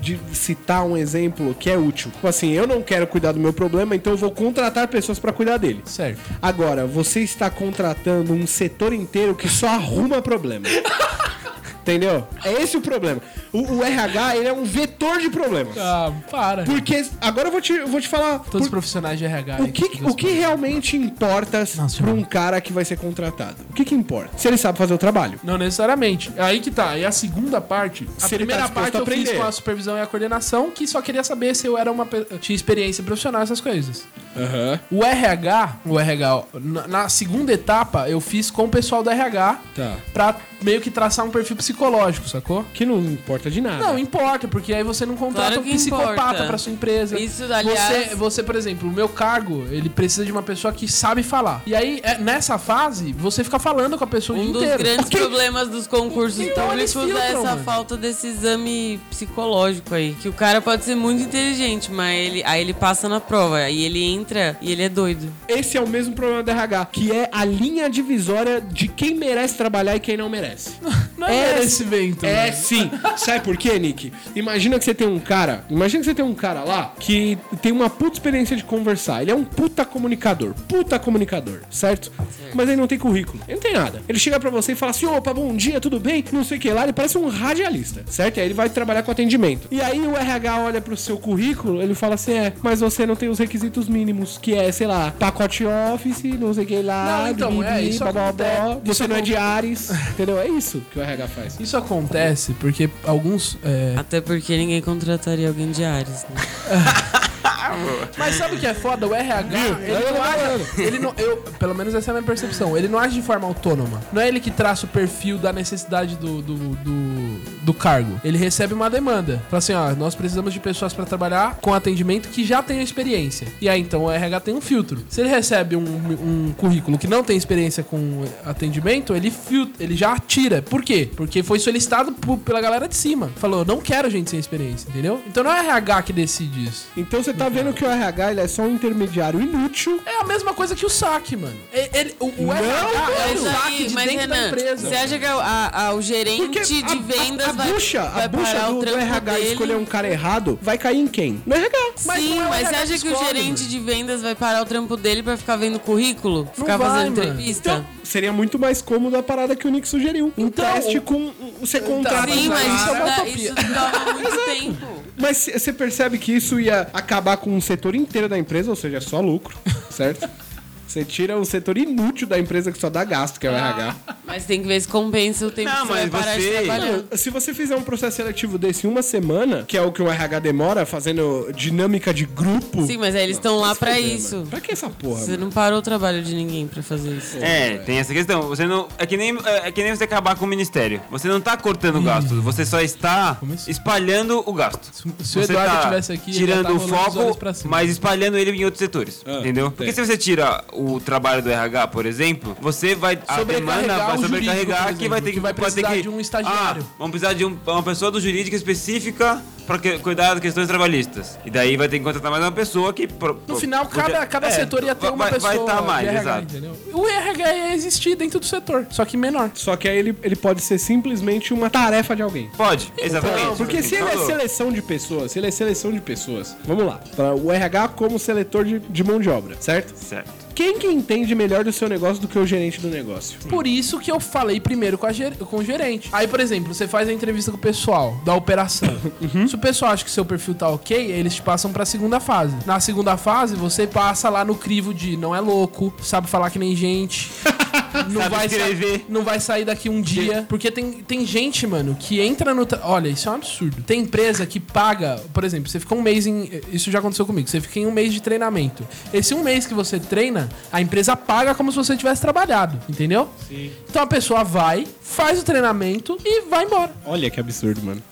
de citar um exemplo que é útil. Tipo assim, eu não quero cuidar do meu problema, então eu vou contratar pessoas pra cuidar dele.
Certo.
Agora, você está contratando um setor inteiro que só arruma problema. Entendeu? É esse o problema. O, o RH, ele é um vetor de problemas.
Ah, para.
Porque, agora eu vou te, eu vou te falar...
Todos os
por-
profissionais de RH. aí,
o que,
todos
o que realmente importa
Nossa,
pra um
mano.
cara que vai ser contratado? O que, que importa? Se ele sabe fazer o trabalho.
Não necessariamente. É Aí que tá. E a segunda parte. A
Se ele
primeira
tá disposto
parte
a
eu fiz
aprender.
com a supervisão e a coordenação, que só queria saber se eu era uma pe- tinha experiência profissional, essas coisas.
Aham.
O RH, o RH, ó, na, na segunda etapa eu fiz com o pessoal do RH
Tá.
pra meio que traçar um perfil psicológico, sacou?
Que não importa de nada.
Não, importa, porque aí você não contrata
Claro
um
que
psicopata
importa.
pra sua empresa.
Isso, aliás-
Você, você, por exemplo, o meu cargo, ele precisa de uma pessoa que sabe falar. E aí, é- nessa fase, você fica falando com a pessoa o dia
Um dos
inteiro.
grandes
Ok?
problemas dos concursos
Então eles
públicos é
filtram,
essa
mano.
falta desse exame psicológico aí. Que o cara pode ser muito inteligente, mas ele, aí ele passa na prova. Aí ele entra e ele é doido.
Esse é o mesmo problema do RH, que é a linha divisória de quem merece trabalhar e quem não merece.
Não é merecimento.
É
mano.
sim. Sabe por quê, Nick? Imagina que você tem um cara. Imagina que você tem um cara lá que tem uma puta experiência de conversar. Ele é um puta comunicador. Puta comunicador, certo? Mas ele não tem currículo. Ele não tem nada. Ele chega pra você e fala assim: opa, bom dia, tudo bem? Não sei o que lá. Ele parece um radialista, certo? E aí ele vai trabalhar com atendimento. E aí o RH olha pro seu currículo, ele fala assim: é, mas você não tem os requisitos mínimos, que é, sei lá, pacote office, não sei o que lá.
Não, então, é, isso
blá, blá, blá.
acontece.
Você
Isso
não é
acon-
de Ares, entendeu? É isso que o RH faz.
Isso acontece porque alguns. é,
Até porque ninguém contrataria alguém de Ares, né?
Mas sabe o que é foda? O RH. Ele
Eu
não
não
age, ele não, eu, pelo menos essa é a minha percepção. Ele não age de forma autônoma. Não é ele que traça o perfil da necessidade do, do, do, do cargo. Ele recebe uma demanda. Fala assim: ó, nós precisamos de pessoas pra trabalhar com atendimento que já tenham experiência. E aí então o RH tem um filtro. Se ele recebe um, um currículo que não tem experiência com atendimento, ele, fil- ele já tira. Por quê? Porque foi solicitado por- pela galera de cima. Falou: não quero gente sem experiência, entendeu? Então não é o RH que decide isso.
Então você tá vendo que o RH ele é só um intermediário inútil.
É a mesma coisa que o saque, mano. Ele, ele- o o RH é o
Mas
saque
aí-
de
mas
dentro da
Renan,
empresa.
Você acha que a- a- a- o gerente
Porque a-
de vendas
a, a
vai,
bucha,
vai
a bucha
parar
do,
o
do
trampo
RH
dele?
escolher um cara errado vai cair em quem? No RH.
Mas
Sim,
não é o
mas você
RH
acha que o
escolhe,
gerente
mano.
de vendas vai parar o trampo dele pra ficar vendo currículo? Ficar
vai,
fazendo
mano.
entrevista?
Então, seria muito mais cômodo a parada que o Nick sugeriu. Um
Então,
teste
o-
com. Você contrata.
Sim,
um
mas então-
cara-
isso,
é
dá-
uma
isso
utopia.
toma muito tempo.
Mas c- você percebe que isso ia acabar com um setor inteiro da empresa, ou seja, é só lucro, certo? Você tira um setor inútil da empresa que só dá gasto, que é o RH.
Mas tem que ver se compensa o tempo
Não,
que você vai
mas
parar
você-
de trabalhar.
Se você fizer um processo seletivo desse em uma semana, que é o que o RH demora, fazendo dinâmica de grupo.
Sim, mas aí eles estão lá pra isso.
Pra que essa porra?
Você
mano?
não parou o trabalho de ninguém pra fazer isso.
É, tem essa questão. Você não. É que, nem, é, é que nem você acabar com o ministério. Você não tá cortando gastos, você só está
Hum. Começou.
espalhando o gasto.
se o
Você
Eduardo
tá
tivesse aqui, ele ia
tirando
tá
o
rolando os olhos
foco,
pra cima.
mas espalhando ele em outros setores.
Ah,
entendeu? Porque
tem.
se você tira o trabalho do RH, por exemplo, você vai. A
Sobrecarregar
demanda
o
vai
jurídico, por
sobrecarregar
exemplo,
que vai ter que,
que vai
vai ter
precisar
que-
de um estagiário.
Ah, vamos precisar de um- uma pessoa do jurídico específica para cuidar das questões trabalhistas. E daí vai ter que contratar mais uma pessoa que pro-
No
pro-
final,
podia-
cada, cada
é,
setor ia ter
vai-
uma pessoa
Vai estar
de
mais,
RH,
exato.
entendeu? O RH ia existir dentro do setor, só que menor.
Só que aí ele, ele pode ser simplesmente uma tarefa de alguém.
Pode, exatamente.
Porque se ele é
Falou.
seleção de pessoas, se ele é seleção de pessoas, vamos lá, para o RH como seletor de, de mão de obra, certo?
Certo.
Quem que entende melhor do seu negócio do que o gerente do negócio?
Por isso que eu falei primeiro com, a ger- com o gerente. Aí, por exemplo, você faz a entrevista com o pessoal da operação.
Uhum.
Se o pessoal acha que seu perfil tá ok, eles te passam pra segunda fase. Na segunda fase, você passa lá no crivo de não é louco, sabe falar que nem gente. Não
Sabe
vai, sa-
escrever.
não vai sair daqui um dia. Porque tem, tem gente, mano, que entra no. tra- Olha, isso é um absurdo. Tem empresa que paga, por exemplo, você fica um mês em. Isso já aconteceu comigo. Você fica em um mês de treinamento. Esse um mês que você treina, a empresa paga como se você tivesse trabalhado, entendeu? Sim. Então a pessoa vai, faz o treinamento e vai embora.
Olha que absurdo, mano.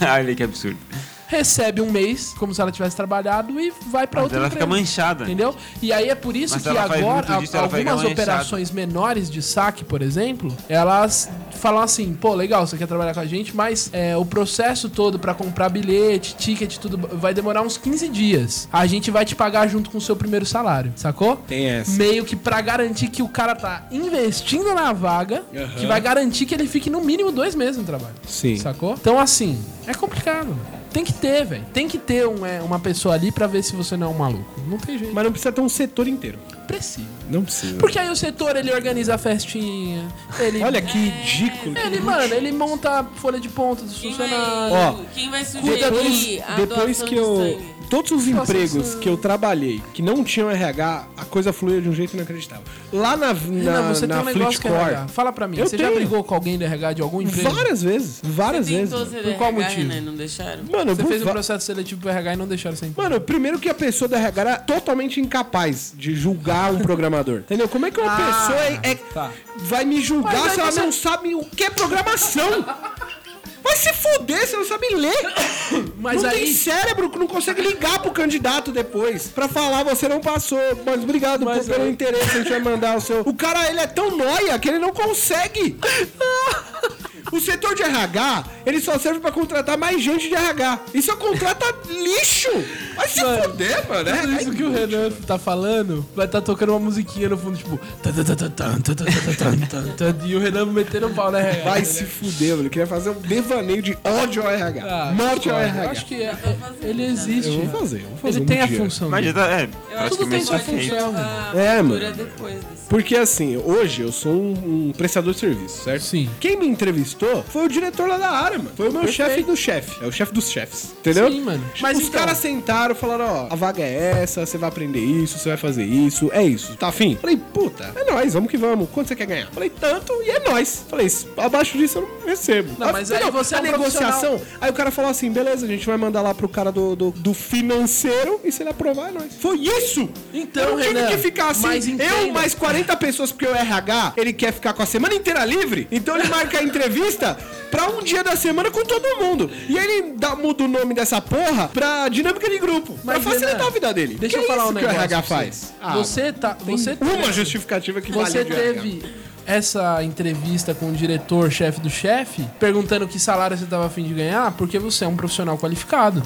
Olha Ah, é que absurdo.
Recebe um mês, como se ela tivesse trabalhado, e vai pra
Mas
outra
ela fica
empresa.
manchada.
Entendeu? E aí é por isso
Mas
que
ela faz
agora
muito disso,
a-
ela um vai
algumas
ganhar
operações menores de saque, por exemplo, elas falam assim: pô, legal, você quer trabalhar com a gente, mas é, o processo todo pra comprar bilhete, ticket, tudo vai demorar uns 15 dias. A gente vai te pagar junto com o seu primeiro salário, sacou?
Tem essa.
Meio que pra garantir que o cara tá investindo na vaga,
Aham.
que vai garantir que ele fique no mínimo dois meses no trabalho.
Sim.
Sacou? Então, assim, é complicado. Tem que ter, velho. Tem que ter um, é, uma pessoa ali pra ver se você não é um maluco. Não tem jeito.
Mas não precisa ter um setor inteiro.
Precisa.
Não precisa.
Porque aí o setor, ele organiza a festinha. Ele,
Olha que ridículo. que
Ele, mano, ele monta a folha de ponta dos
Quem
funcionários.
vai,
Ó,
quem vai sugerir
Depois,
a
depois
doação
que
de
eu.
sangue?
Todos os
Doação de
empregos
sangue.
que eu trabalhei que não tinham RH, a coisa fluía de um jeito inacreditável. Lá na, na,
não, você
na
tem um negócio que é
Flitcore,
RH. Fala pra mim,
Eu
você já
tenho.
brigou com alguém do RH de algum emprego?
Várias vezes. Várias
Você
vezes.
tentou
mano.
ser
Por qual
RH,
motivo?
Renan, e não deixaram?
Mano,
Você
por
fez um
va-
processo seletivo pro RH e não deixaram sem
Mano, primeiro que a pessoa da RH era totalmente incapaz de julgar um programador. Entendeu? Como é que uma
Ah,
pessoa é, é-
tá.
vai me julgar
Mas aí
se ela
você-
não sabe o que é programação? Vai se fuder, você não sabe ler.
Mas
não
aí-
tem cérebro que não consegue ligar pro candidato depois pra falar você não passou, mas obrigado
Mas
por- pelo
aí-
interesse, a gente vai mandar o seu. O cara, ele é tão noia que ele não consegue. O setor de RH, ele só serve pra contratar mais gente de RH. E só contrata lixcho. Vai se fuder, mano.
Tudo
É,
isso que o Renan tá falando, vai tá tocando uma musiquinha no fundo, tipo. tan, tan, tan, tan, tan, tan, tan, tan, tan, tan, E o Renan metendo pau na RH.
Vai
né?
se fuder, mano. Eu queria fazer um devaneio de ódio ao RH.
Ah,
Morte ao
eu
RH.
Acho que é- é- ele existe.
Eu vou fazer, eu vou fazer
Ele
um
tem a
dia.
função.
Mas já tá, é,
Eu acho
Tudo
que
tem sua
pode ter
função.
a
É, mano.
cultura Ah, depois desse.
Porque assim, hoje eu sou um, um prestador de serviço, certo?
Sim.
Quem me entrevistou foi o diretor lá da área, mano. Foi o meu chefe do chefe. É o chefe dos chefes. Entendeu?
Sim, mano.
Mas
Mas
os
então-
caras sentaram e falaram: ó, a vaga é essa, você vai aprender isso, você vai fazer isso, é isso. Tá afim? Falei, puta, é nóis, vamos que vamos. Quanto você quer ganhar? Falei, tanto e é nóis. Falei, "Isso- abaixo disso eu não recebo.
Não, mas aí você é
a
um
negociação. Aí o cara falou assim: beleza, a gente vai mandar lá pro cara do, do, do financeiro e se ele aprovar, é nóis. Foi isso!
Então,
eu não tive
Renan,
que ficar assim.
mas
eu
entenda.
mais 40 pessoas, porque o RH, ele quer ficar com a semana inteira livre, então ele marca a entrevista pra um dia da semana com todo mundo. E ele dá, muda o nome dessa porra pra dinâmica de grupo.
Mas,
pra facilitar
Renan,
a vida dele.
Deixa
Que
eu falar
é
um
isso que o
negócio.
RH
pra você.
faz. Ah,
você tá. Você
tem uma justificativa que valeu
Você
de RH.
teve essa entrevista com o diretor, chefe do chefe, perguntando que salário você tava afim de ganhar, porque você é um profissional qualificado.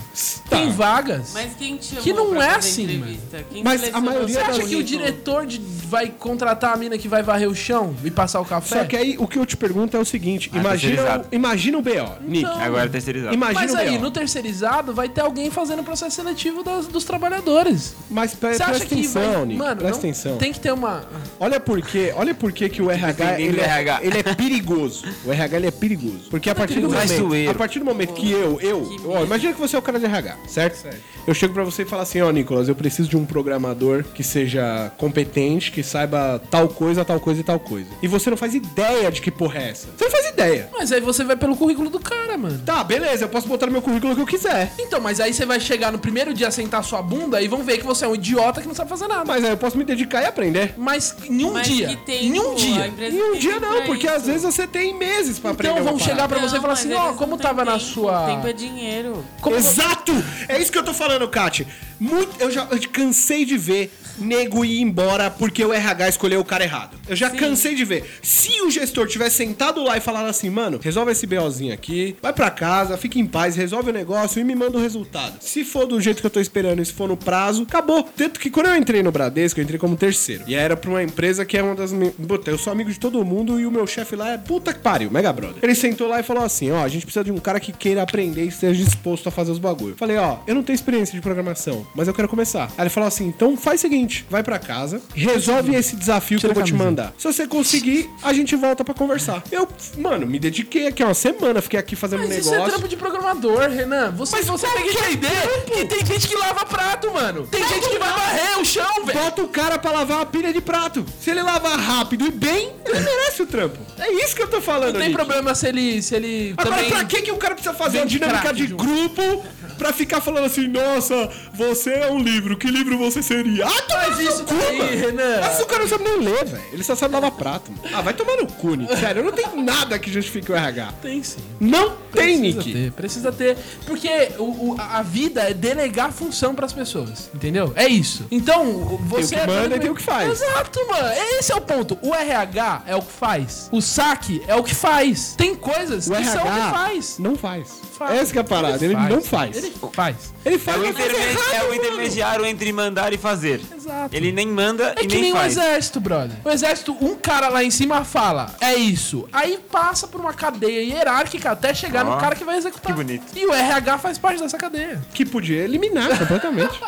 Tá.
Tem vagas.
Mas quem te chamou
Que não
pra
é
fazer
assim,
entrevista? Quem
Mas
selecionou
a maioria
Você
seu
das-
acha que o
currículo?
diretor de- vai contratar a mina que vai varrer o chão e passar o café?
Só que aí o que eu te pergunto é o seguinte:
Ah,
imagina,
terceirizado.
o- imagina o BO, Nick.
agora é terceirizado.
Imagina
Mas
o
aí,
BO.
no terceirizado, vai ter alguém fazendo o processo seletivo das- dos trabalhadores.
Mas pre-
Você
É, presta
acha que
atenção,
vai...
Nick.
Mano,
presta
não-
atenção.
tem que ter uma...
Olha por quê, olha por quê que o RH,
Dependendo
ele
do
é,
RH.
ele é perigoso. O RH ele é perigoso. Porque a partir do
perigoso. Mais
momento,
zoeiro.
a partir do momento que eu, eu, ó, imagina que você é o cara de RH, certo? Eu chego pra você e falo assim, ó, Nicolas, eu preciso de um programador que seja competente, que saiba tal coisa, tal coisa e tal coisa. E você não faz ideia de que porra é essa. Você não faz ideia.
Mas aí você vai pelo currículo do cara, mano.
Tá, beleza, eu posso botar no meu currículo o que eu quiser.
Então, mas aí você vai chegar no primeiro dia sentar sua bunda e vão ver que você é um idiota que não sabe fazer nada.
Mas aí eu posso me dedicar e aprender.
Mas em um
Mas
dia.
que tempo
em um
a
dia.
empresa
E um
tem
dia
tempo
não,
pra
porque
isso?
às vezes você tem meses pra aprender.
Então
uma
vão chegar pra você e
Não,
falar assim,
mas
ó,
eles
como
não
tava
têm
na
tempo.
sua.
Tempo é dinheiro.
Como
Exato! É isso que eu tô falando, Kat. Muito, eu já eu cansei de ver nego ir embora porque o RH escolheu o cara errado. Eu já cansei de ver. Se o gestor tivesse sentado lá e falado assim, mano, resolve esse BOzinho aqui, vai pra casa, fica em paz, resolve o negócio e me manda o resultado. Se for do jeito que eu tô esperando e se for no prazo, acabou. Tanto que quando eu entrei no Bradesco, eu entrei como terceiro. E era pra uma empresa que é uma das. minhas. Puta, eu sou amigo de todo mundo e o meu chefe lá é puta que pariu, Mega Brother. Ele sentou lá e falou assim: ó, a gente precisa de um cara que queira aprender e esteja disposto a fazer os bagulho. Falei, ó, eu não tenho experiência de programação, mas eu quero começar. Aí ele falou assim: então faz o seguinte, vai pra casa, resolve esse desafio que eu vou te mandar. Se você conseguir, a gente volta pra conversar. Eu, mano, me dediquei aqui uma semana, fiquei aqui fazendo um
Mas isso
negócio.
é trampo de programador, Renan. Você, você tem
é
que entender que tem gente que lava prato, mano. Tem gente que vai varrer o chão, velho.
Bota o cara pra lavar a pilha de prato. Se ele lavar rápido e bem, ele merece o trampo. É isso que eu tô falando.
Não tem
Nick.
problema se ele, se ele
Agora,
também...
pra que, que o cara precisa fazer um a
Vem de
dinâmica
craque
de
junto.
grupo pra ficar falando assim, nossa, você é um livro, que livro você seria? Ah, toma
Faz
no
isso
seu
daí,
mano.
Renan.
Mas o cara não sabe nem ler, velho. Ele só sabe lavar prato. mano. Ah, vai tomar no cu, Nick. Sério, não tem nada que justifique o RH.
Tem sim.
Não tem,
precisa
Nick.
Ter, precisa ter. Porque o- o- a a vida é delegar função pras pessoas. Entendeu? É isso. Então, o- você.
que
é-
manda e tem o que faz.
Exato, mano. Esse é o ponto. O RH é o que faz. O saque é o que faz. Tem coisas
é O
que são o
RH
que faz.
não faz.
Faz.
Essa que é a parada, ele, não faz.
Ele
Ele,
faz.
faz
É o,
mas faz
interme-
errado,
é o
mano.
intermediário entre mandar e fazer.
Exato.
Ele nem manda
É
e
que
nem
nem o
faz.
exército, brother. O exército, um cara lá em cima fala, é isso. Aí passa por uma cadeia hierárquica até chegar
Ó,
no cara que vai executar.
que bonito.
E o RH faz parte dessa cadeia.
Que podia eliminar completamente.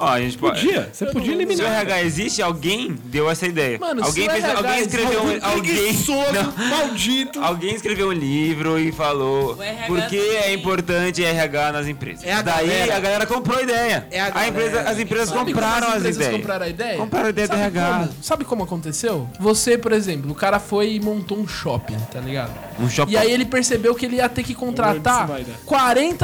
Ó, a gente pode.
Podia, você podia
Se o
eliminar.
RH existe, alguém deu essa ideia.
Mano,
alguém,
se o
fez-
RH
alguém escreveu um,
Algum
alguém,
preguiçoso,
Não.
maldito.
alguém escreveu um livro e falou
O RH
por que é
também.
importante RH nas empresas.
É a
Daí
galera.
a galera comprou a ideia.
É a
A
galera
empresa- as
que
empresas
Sabe como
compraram as
empresas
ideias.
Compraram a ideia?
Compraram a ideia do
Sabe
RH.
como? Sabe como aconteceu? Você, por exemplo, o cara foi e montou um shopping, tá ligado?
Um shopping.
E aí ele percebeu que ele ia ter que contratar
Onde isso vai né? dar?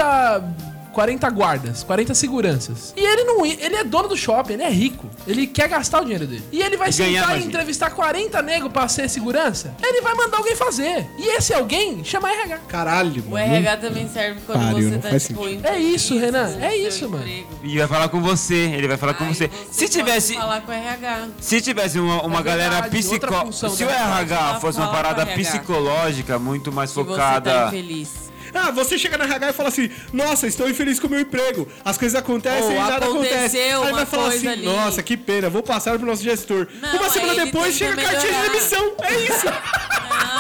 40 40 guardas, 40 seguranças. E ele não ia- ele é dono do shopping, ele é rico. Ele quer gastar o dinheiro dele. E ele vai
ganhar
sentar
mais
e
dinheiro.
entrevistar 40 negros pra ser segurança? Ele vai mandar alguém fazer. E esse alguém chama RH.
Caralho,
O
mano.
RH também serve quando
Pariu,
você
não
tá,
faz
tipo,
sentido.
em
Uhum. É isso,
entrevista,
Renan,
no
é
seu
isso, mano.
emprego.
E vai falar com você, ele vai falar com
Aí
você. Se
pode
tivesse.
falar com o RH.
Se tivesse uma, uma
É
galera
verdade, outra
psicó...
função
Se o
da-
RH fosse
Fala
uma
com
parada
o RH.
psicológica muito mais
Que você tá
focada.
infeliz.
Ah, você chega na RH e fala assim: Nossa, estou infeliz com o meu emprego. As coisas acontecem
Ou
e nada acontece.
aconteceu
Aí vai
uma
falar assim:
coisa ali.
Nossa, que pena, vou passar pro nosso gestor.
Não,
é,
Uma semana
aí ele
depois
tenta
chega a cartinha de
melhorar.
demissão. É isso.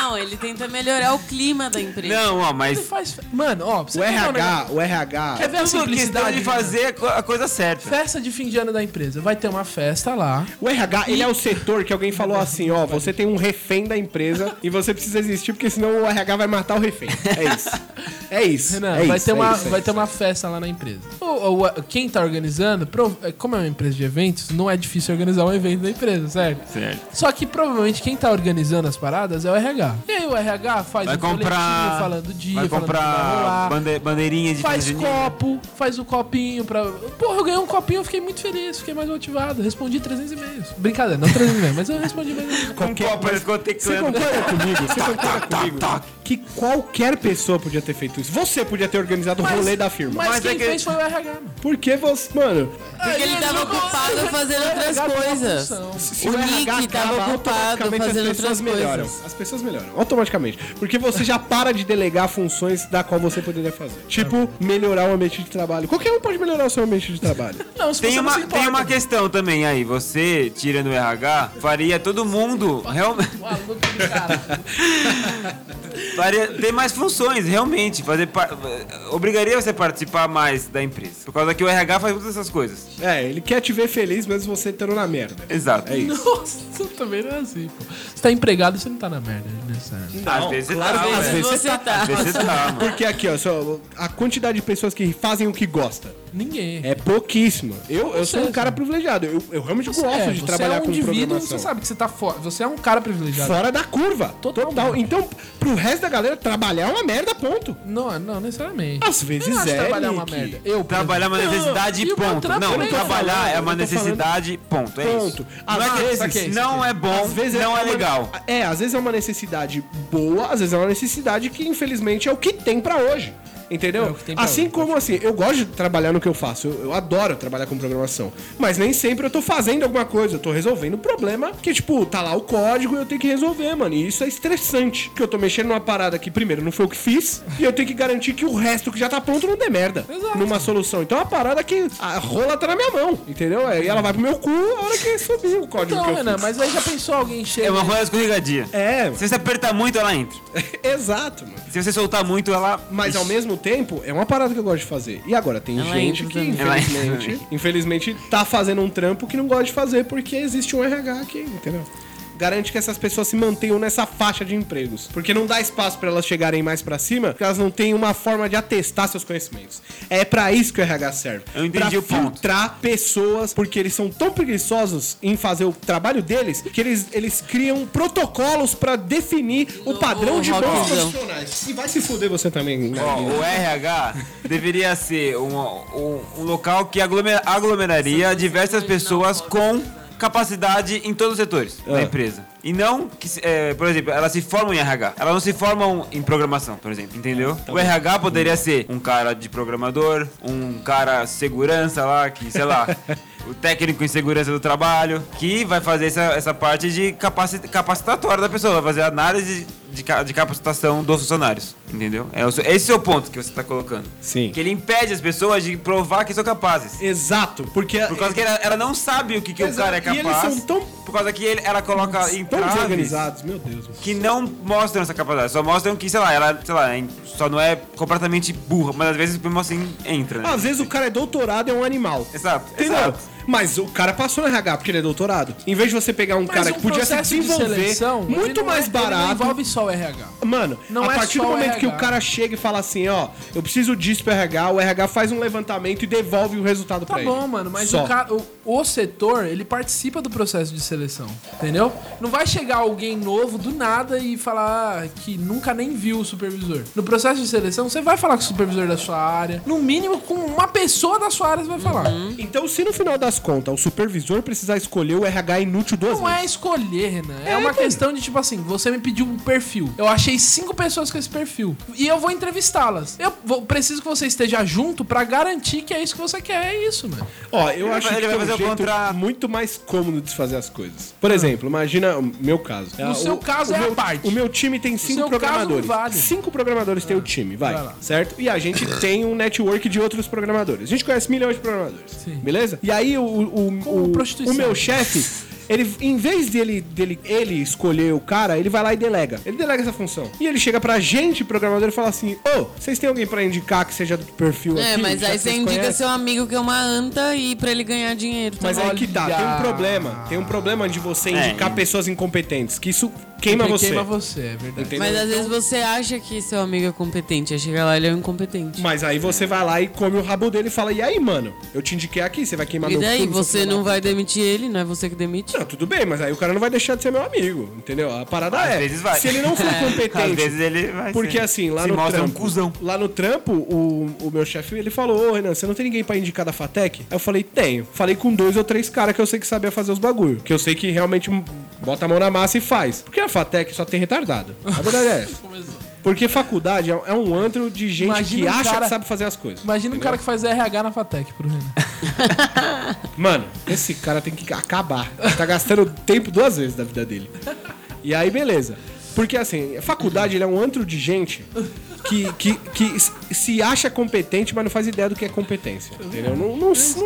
Não, ele tenta melhorar o clima da empresa.
Não, ó,
Ele
mas.
faz. Mano, ó, pra você
o
ver um
RH,
negócio.
o RH.
Quer ver a
é Tudo questão
simplicidade?
de
Renan?
fazer a co- a coisa certa.
Festa de fim de ano da empresa. Vai ter uma festa lá.
O RH, ele é o setor que alguém falou assim: Ó, você tem um refém da empresa e você precisa existir, porque senão o RH vai matar o refém. É isso. É isso.
Renan,
é
vai,
isso,
ter
é
uma,
isso, é
vai
isso.
ter uma festa lá na empresa. O- o- a- quem tá organizando, pro- é, como é uma empresa de eventos, não é difícil organizar um evento da empresa, certo?
Certo.
Só que provavelmente quem tá organizando as paradas é o RH. E aí o RH faz
Vai
um coletivo
comprar.
falando do dia,
vai
falando do que vai rolar.
comprar bande- bandeirinha de
Faz
festa junina.
copo, faz o copinho pra. Porra, eu ganhei um copinho, eu fiquei muito feliz, fiquei mais motivado. Respondi 300 e-mails. Brincadeira, não 300 e-mails, mas eu respondi mais. e-mails.
Com copo, Tá, eles ficam
Você
teclando.
concorda comigo? Você concorda comigo? Que qualquer pessoa podia ter feito isso. Você podia ter organizado o rolê da firma.
Mas,
Mas
quem
é que-
fez foi o RH, mano.
Porque você. Mano,
Porque ele tava ocupado fazendo outras coisas.
se
O
RH
Nick tava
acaba,
ocupado
automaticamente
fazendo
as pessoas
outras coisas.
melhoram. As pessoas melhoram, automaticamente. Porque você já para de delegar funções da qual você poderia fazer. Tipo, melhorar o ambiente de trabalho. Qualquer um pode melhorar o seu ambiente de trabalho.
Não, se
Tem
você não
uma,
se
tem
importa.
uma questão também aí. Você, tirando o RH, faria todo mundo. Realmente.
Maluco do caralho.
Faria- ter mais funções, realmente. Fazer par- Obrigaria você a participar mais da empresa. Por causa que o RH faz todas essas coisas.
é, ele quer te ver feliz, mesmo você estando na merda.
Exato.
É isso.
Nossa, também não é assim, pô. Você tá empregado, você não tá na merda, necessariamente.
Às vezes
claro
tá,
que é.
velho.
às vezes
você tá.
Às vezes tá, mano.
Porque aqui, ó, só a quantidade de pessoas que fazem o que gosta.
Ninguém.
É pouquíssima. Eu, eu sou um
Você,
cara
né?
privilegiado. Eu, eu realmente
Você
gosto
é,
de
você
trabalhar
é um
com
indivíduo,
programação.
você sabe que você tá fora. Você é um cara privilegiado.
Fora da curva.
Totalmente.
Total. Então, pro resto da galera, trabalhar é uma merda, ponto.
Não, não necessariamente.
Às vezes
eu não acho
é,
trabalhar uma
Nick.
merda. Eu, por
Trabalhar é uma
exemplo.
necessidade,
Não, e o
ponto.
contrato
Não,
também tá
falando,
trabalhar é uma
eu tô falando.
necessidade, ponto. É
Ponto.
isso.
Às
não é,
vezes-
saquei,
saquei,
não
saquei.
é bom,
Às vezes
não
uma-
é, legal.
É, às vezes é uma necessidade boa, às vezes é uma necessidade que, infelizmente, é o que tem pra hoje. Entendeu?
É o que tem pra
assim
hoje,
como assim, eu gosto de trabalhar no que eu faço. Eu, eu adoro trabalhar com programação. Mas nem sempre eu tô fazendo alguma coisa. Eu tô resolvendo um problema que, tipo, tá lá o código e eu tenho que resolver, mano. E isso é estressante. Porque eu tô mexendo numa parada que, primeiro, não foi o que fiz. E eu tenho que garantir que o resto que já tá pronto não dê merda.
Exato.
Numa solução. Então é uma parada que a rola tá na minha mão. Entendeu? É, E ela vai pro meu cu a hora que subir o código que
Então,
eu
Renan,
fiz.
mas aí já pensou alguém chega.
É uma roda escorregadia.
É,
Se você apertar muito, ela entra.
exato, mano.
Se você soltar muito, ela.
Mas ao mesmo tempo, é uma parada que eu gosto de fazer. E agora, tem
Ela
gente
entra
que,
também.
Ela
infelizmente, infelizmente, tá fazendo um trampo que não gosta de fazer porque existe um RH aqui, entendeu? Garante que essas pessoas se mantenham nessa faixa de empregos. Porque não dá espaço pra elas chegarem mais pra cima, porque elas não têm uma forma de atestar seus conhecimentos. É pra isso que o RH serve.
Eu entendi
pra
o ponto.
filtrar pessoas, porque eles são tão preguiçosos em fazer o trabalho deles, que eles, eles criam protocolos pra definir o
No
padrão de bons
rockzão.
profissionais. E vai se fuder você também. né?
Ó, o RH deveria ser um, um- um local que aglomer- aglomeraria diversas pessoas com capacidade em todos os setores
É.
da empresa. E não que, se- é, por exemplo, elas se formam em RH. Elas não se formam em programação, por exemplo, entendeu?
Tá
O RH poderia ser um cara de programador, um cara segurança lá, que, sei lá, o técnico em segurança do trabalho, que vai fazer essa, essa parte de capaci- capacitatória da pessoa, vai fazer análise de, ca- de capacitação dos funcionários, entendeu? É o seu- esse é o ponto que você está colocando.
Sim.
Que ele impede as pessoas de provar que são capazes.
Exato, porque é
Por causa que ela, ela não sabe o que, que o
Exato.
cara é
E eles
capaz.
são tão-
Por causa que ele- ela coloca em
tão
traves
desorganizados, meu Deus.
que não mostram essa capacidade. Só mostram que, sei lá, ela sei lá, en- só não é completamente burra, mas às vezes mesmo assim entra, né?
Às vezes o cara é doutorado, é um animal.
Exato,
Entendeu?
exato.
Mas o cara passou na RH porque ele é doutorado. Em vez de você pegar um
Mas
cara
um
que podia se
processo de
desenvolver
seleção, ele
muito
não é-
mais
ele Não
barato.
envolve só o RH.
Mano,
Não
a
é
partir
só
do
o
momento que o
RH.
cara chega e fala assim, ó, eu preciso disso pro RH, o RH faz um levantamento e devolve o resultado
Tá
pra ele.
bom, mano, mas
Só.
o, cara, o, o setor, ele participa do processo de seleção, entendeu? Não vai chegar alguém novo do nada e falar que nunca nem viu o supervisor. No processo de seleção, você vai falar com o supervisor da sua área, no mínimo com uma pessoa da sua área você vai falar.
Então, se no final das contas o supervisor precisar escolher o RH inútil duas
Não
vezes.
é escolher, Renan. É,
É,
uma
mano.
questão de tipo assim, você me pediu um perfil. Eu achei cinco pessoas com esse perfil e eu vou entrevistá-las. Eu vou- preciso que você esteja junto pra garantir que é isso que você quer, é isso, mano.
Ó, eu
Ele
acho
vai-
que
ele vai
tem um
fazer o
jeito
contrato.
muito mais cômodo de se fazer as coisas. Por exemplo, imagina o meu caso.
No
Ah,
seu caso é a
meu,
parte.
O meu time tem cinco
seu caso
programadores.
não vale. É.
Cinco programadores tem o time, vai,
vai lá.
certo? E a gente tem um network de outros programadores. A gente conhece milhões de programadores,
Sim.
beleza? E aí o, o,
Como
o-
prostituição.
o meu chefe... Ele, em vez dele, dele ele escolher o cara, ele vai lá e delega. Ele delega essa função. E ele chega pra gente, programador, e fala assim: Ô, vocês têm alguém pra indicar que seja do perfil
É,
aqui?
mas
tá Já que
aí você
vocês
indica
conhecem?"
seu amigo que é uma anta e pra ele ganhar dinheiro.
Mas
também.
aí que tá, tem um problema. Tem um problema de você indicar pessoas incompetentes, que isso queima
Porque
você.
Queima você, é verdade.
Entendeu?
Mas às vezes você acha que seu amigo é competente, aí chega lá ele é um incompetente.
Mas aí você vai lá e come o rabo dele e fala: E aí, mano? Eu te indiquei aqui, você vai queimar
e
meu
daí,
cu, seu
você
filho da
não
puta."
vai demitir ele, não é você que demite?
Não, tudo bem, mas aí o cara não vai deixar de ser meu amigo, entendeu? A parada
Às
é.
vezes vai.
Se ele não for competente.
Às vezes ele vai
Porque
ser-
assim, lá
se
no
mostra um
trampo,
cuzão.
lá no trampo, o, o meu chefe, ele falou, ô Renan, você não tem ninguém pra indicar da Fatec? Aí eu falei, tenho. Falei com dois ou três caras que eu sei que sabia fazer os bagulho. Que eu sei que realmente bota a mão na massa e faz. Porque a Fatec só tem retardado. A verdade é essa. Porque faculdade é é um antro de gente
Imagina
que
um
acha
cara-
que sabe fazer as coisas.
Imagina um cara que faz RH na Fatec pro Renan.
Mano, esse cara tem que acabar. Tá gastando tempo duas vezes da vida dele. E aí, beleza. Porque assim, a faculdade ele é um antro de gente que, que, que s- se acha competente, mas não faz ideia do que é competência. Entendeu? Não, não- não- eles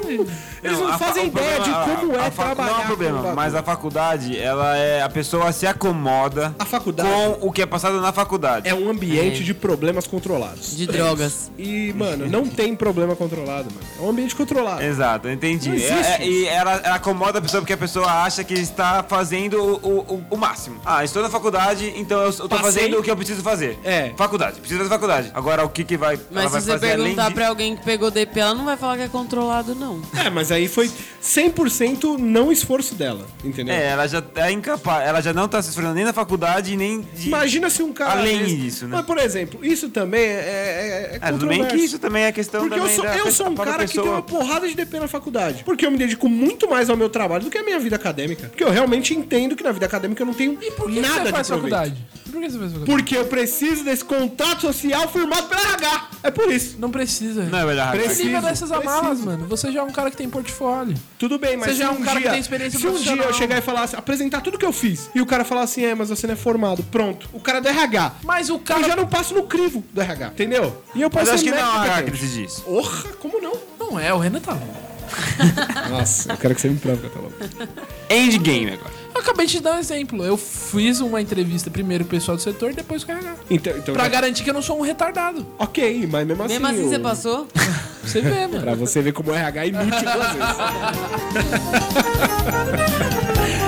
não
a fa-
fazem
o
ideia
problema-
de como
a-
é
a fa-
trabalhar.
Não é um
com o
problema,
bagulho.
mas a faculdade, ela é. A pessoa se acomoda
A faculdade-
com o que é passado na faculdade.
É um ambiente de problemas controlados.
De drogas.
E, mano, não tem problema controlado, mano. É um ambiente controlado.
Exato,
Não
entendi.
existe
É- é-
isso.
e ela, ela acomoda a pessoa porque a pessoa acha que está fazendo o, o- o- o máximo. Ah, estou na faculdade, então eu estou
Passei.
fazendo o que eu preciso fazer.
É.
Faculdade, preciso fazer faculdade. Agora o que, que vai, ela
Mas
vai
se você
fazer além
perguntar
disso?
pra alguém que pegou DP, ela não vai falar que é controlado, não.
É, mas aí foi 100% não esforço dela, entendeu?
É, ela já é incapaz, ela já não está se esforçando nem na faculdade, nem de.
Imagina se um cara.
Além
desse-
disso, né?
Mas, por exemplo, isso também é. é, é
Ah, tudo bem
controverso.
que isso também é questão
Porque eu
também
sou,
da
eu
pe-
sou
da
um
própria
cara que tem
pessoa.
uma porrada de DP na faculdade. Porque eu me dedico muito mais ao meu trabalho do que à minha vida acadêmica. Porque eu realmente entendo que na vida acadêmica eu não tenho
E por que, que
nada
você
de
faz
proveito.
faculdade? Por que você faz faculdade?
Porque eu preciso desse contato social firmado pela RH. É por isso.
Não precisa.
Não é verdade. Raquel.
Preciso.
Liga dessas amalas, mano. Você já é um cara que tem portfólio.
Tudo bem, mas
Você já é
se
um cara que tem experiência
se um dia eu
profissional.
chegar e falar assim, apresentar tudo que eu fiz, e o cara falar assim, é, mas você não é formado, pronto. O cara é do RH.
Mas o cara.
Eu já não passo no crivo do RH, entendeu? E eu
Mas
passo
eu acho que
mega
não, é RH, que
competente.
decide isso.
Porra, como não?
Ah, Não é, o Renan tá louco.
Nossa, eu quero que você me prove, Catalão.
Endgame agora.
Eu acabei de te dar um exemplo. Eu fiz uma entrevista primeiro com o pessoal do setor, depois com o RH.
Então, então
Pra garantir que eu não sou um retardado.
Ok, mas mesmo assim...
Mesmo assim,
eu-
você passou?
Você vê, mano.
Pra você ver como o RH é inútil às vezes.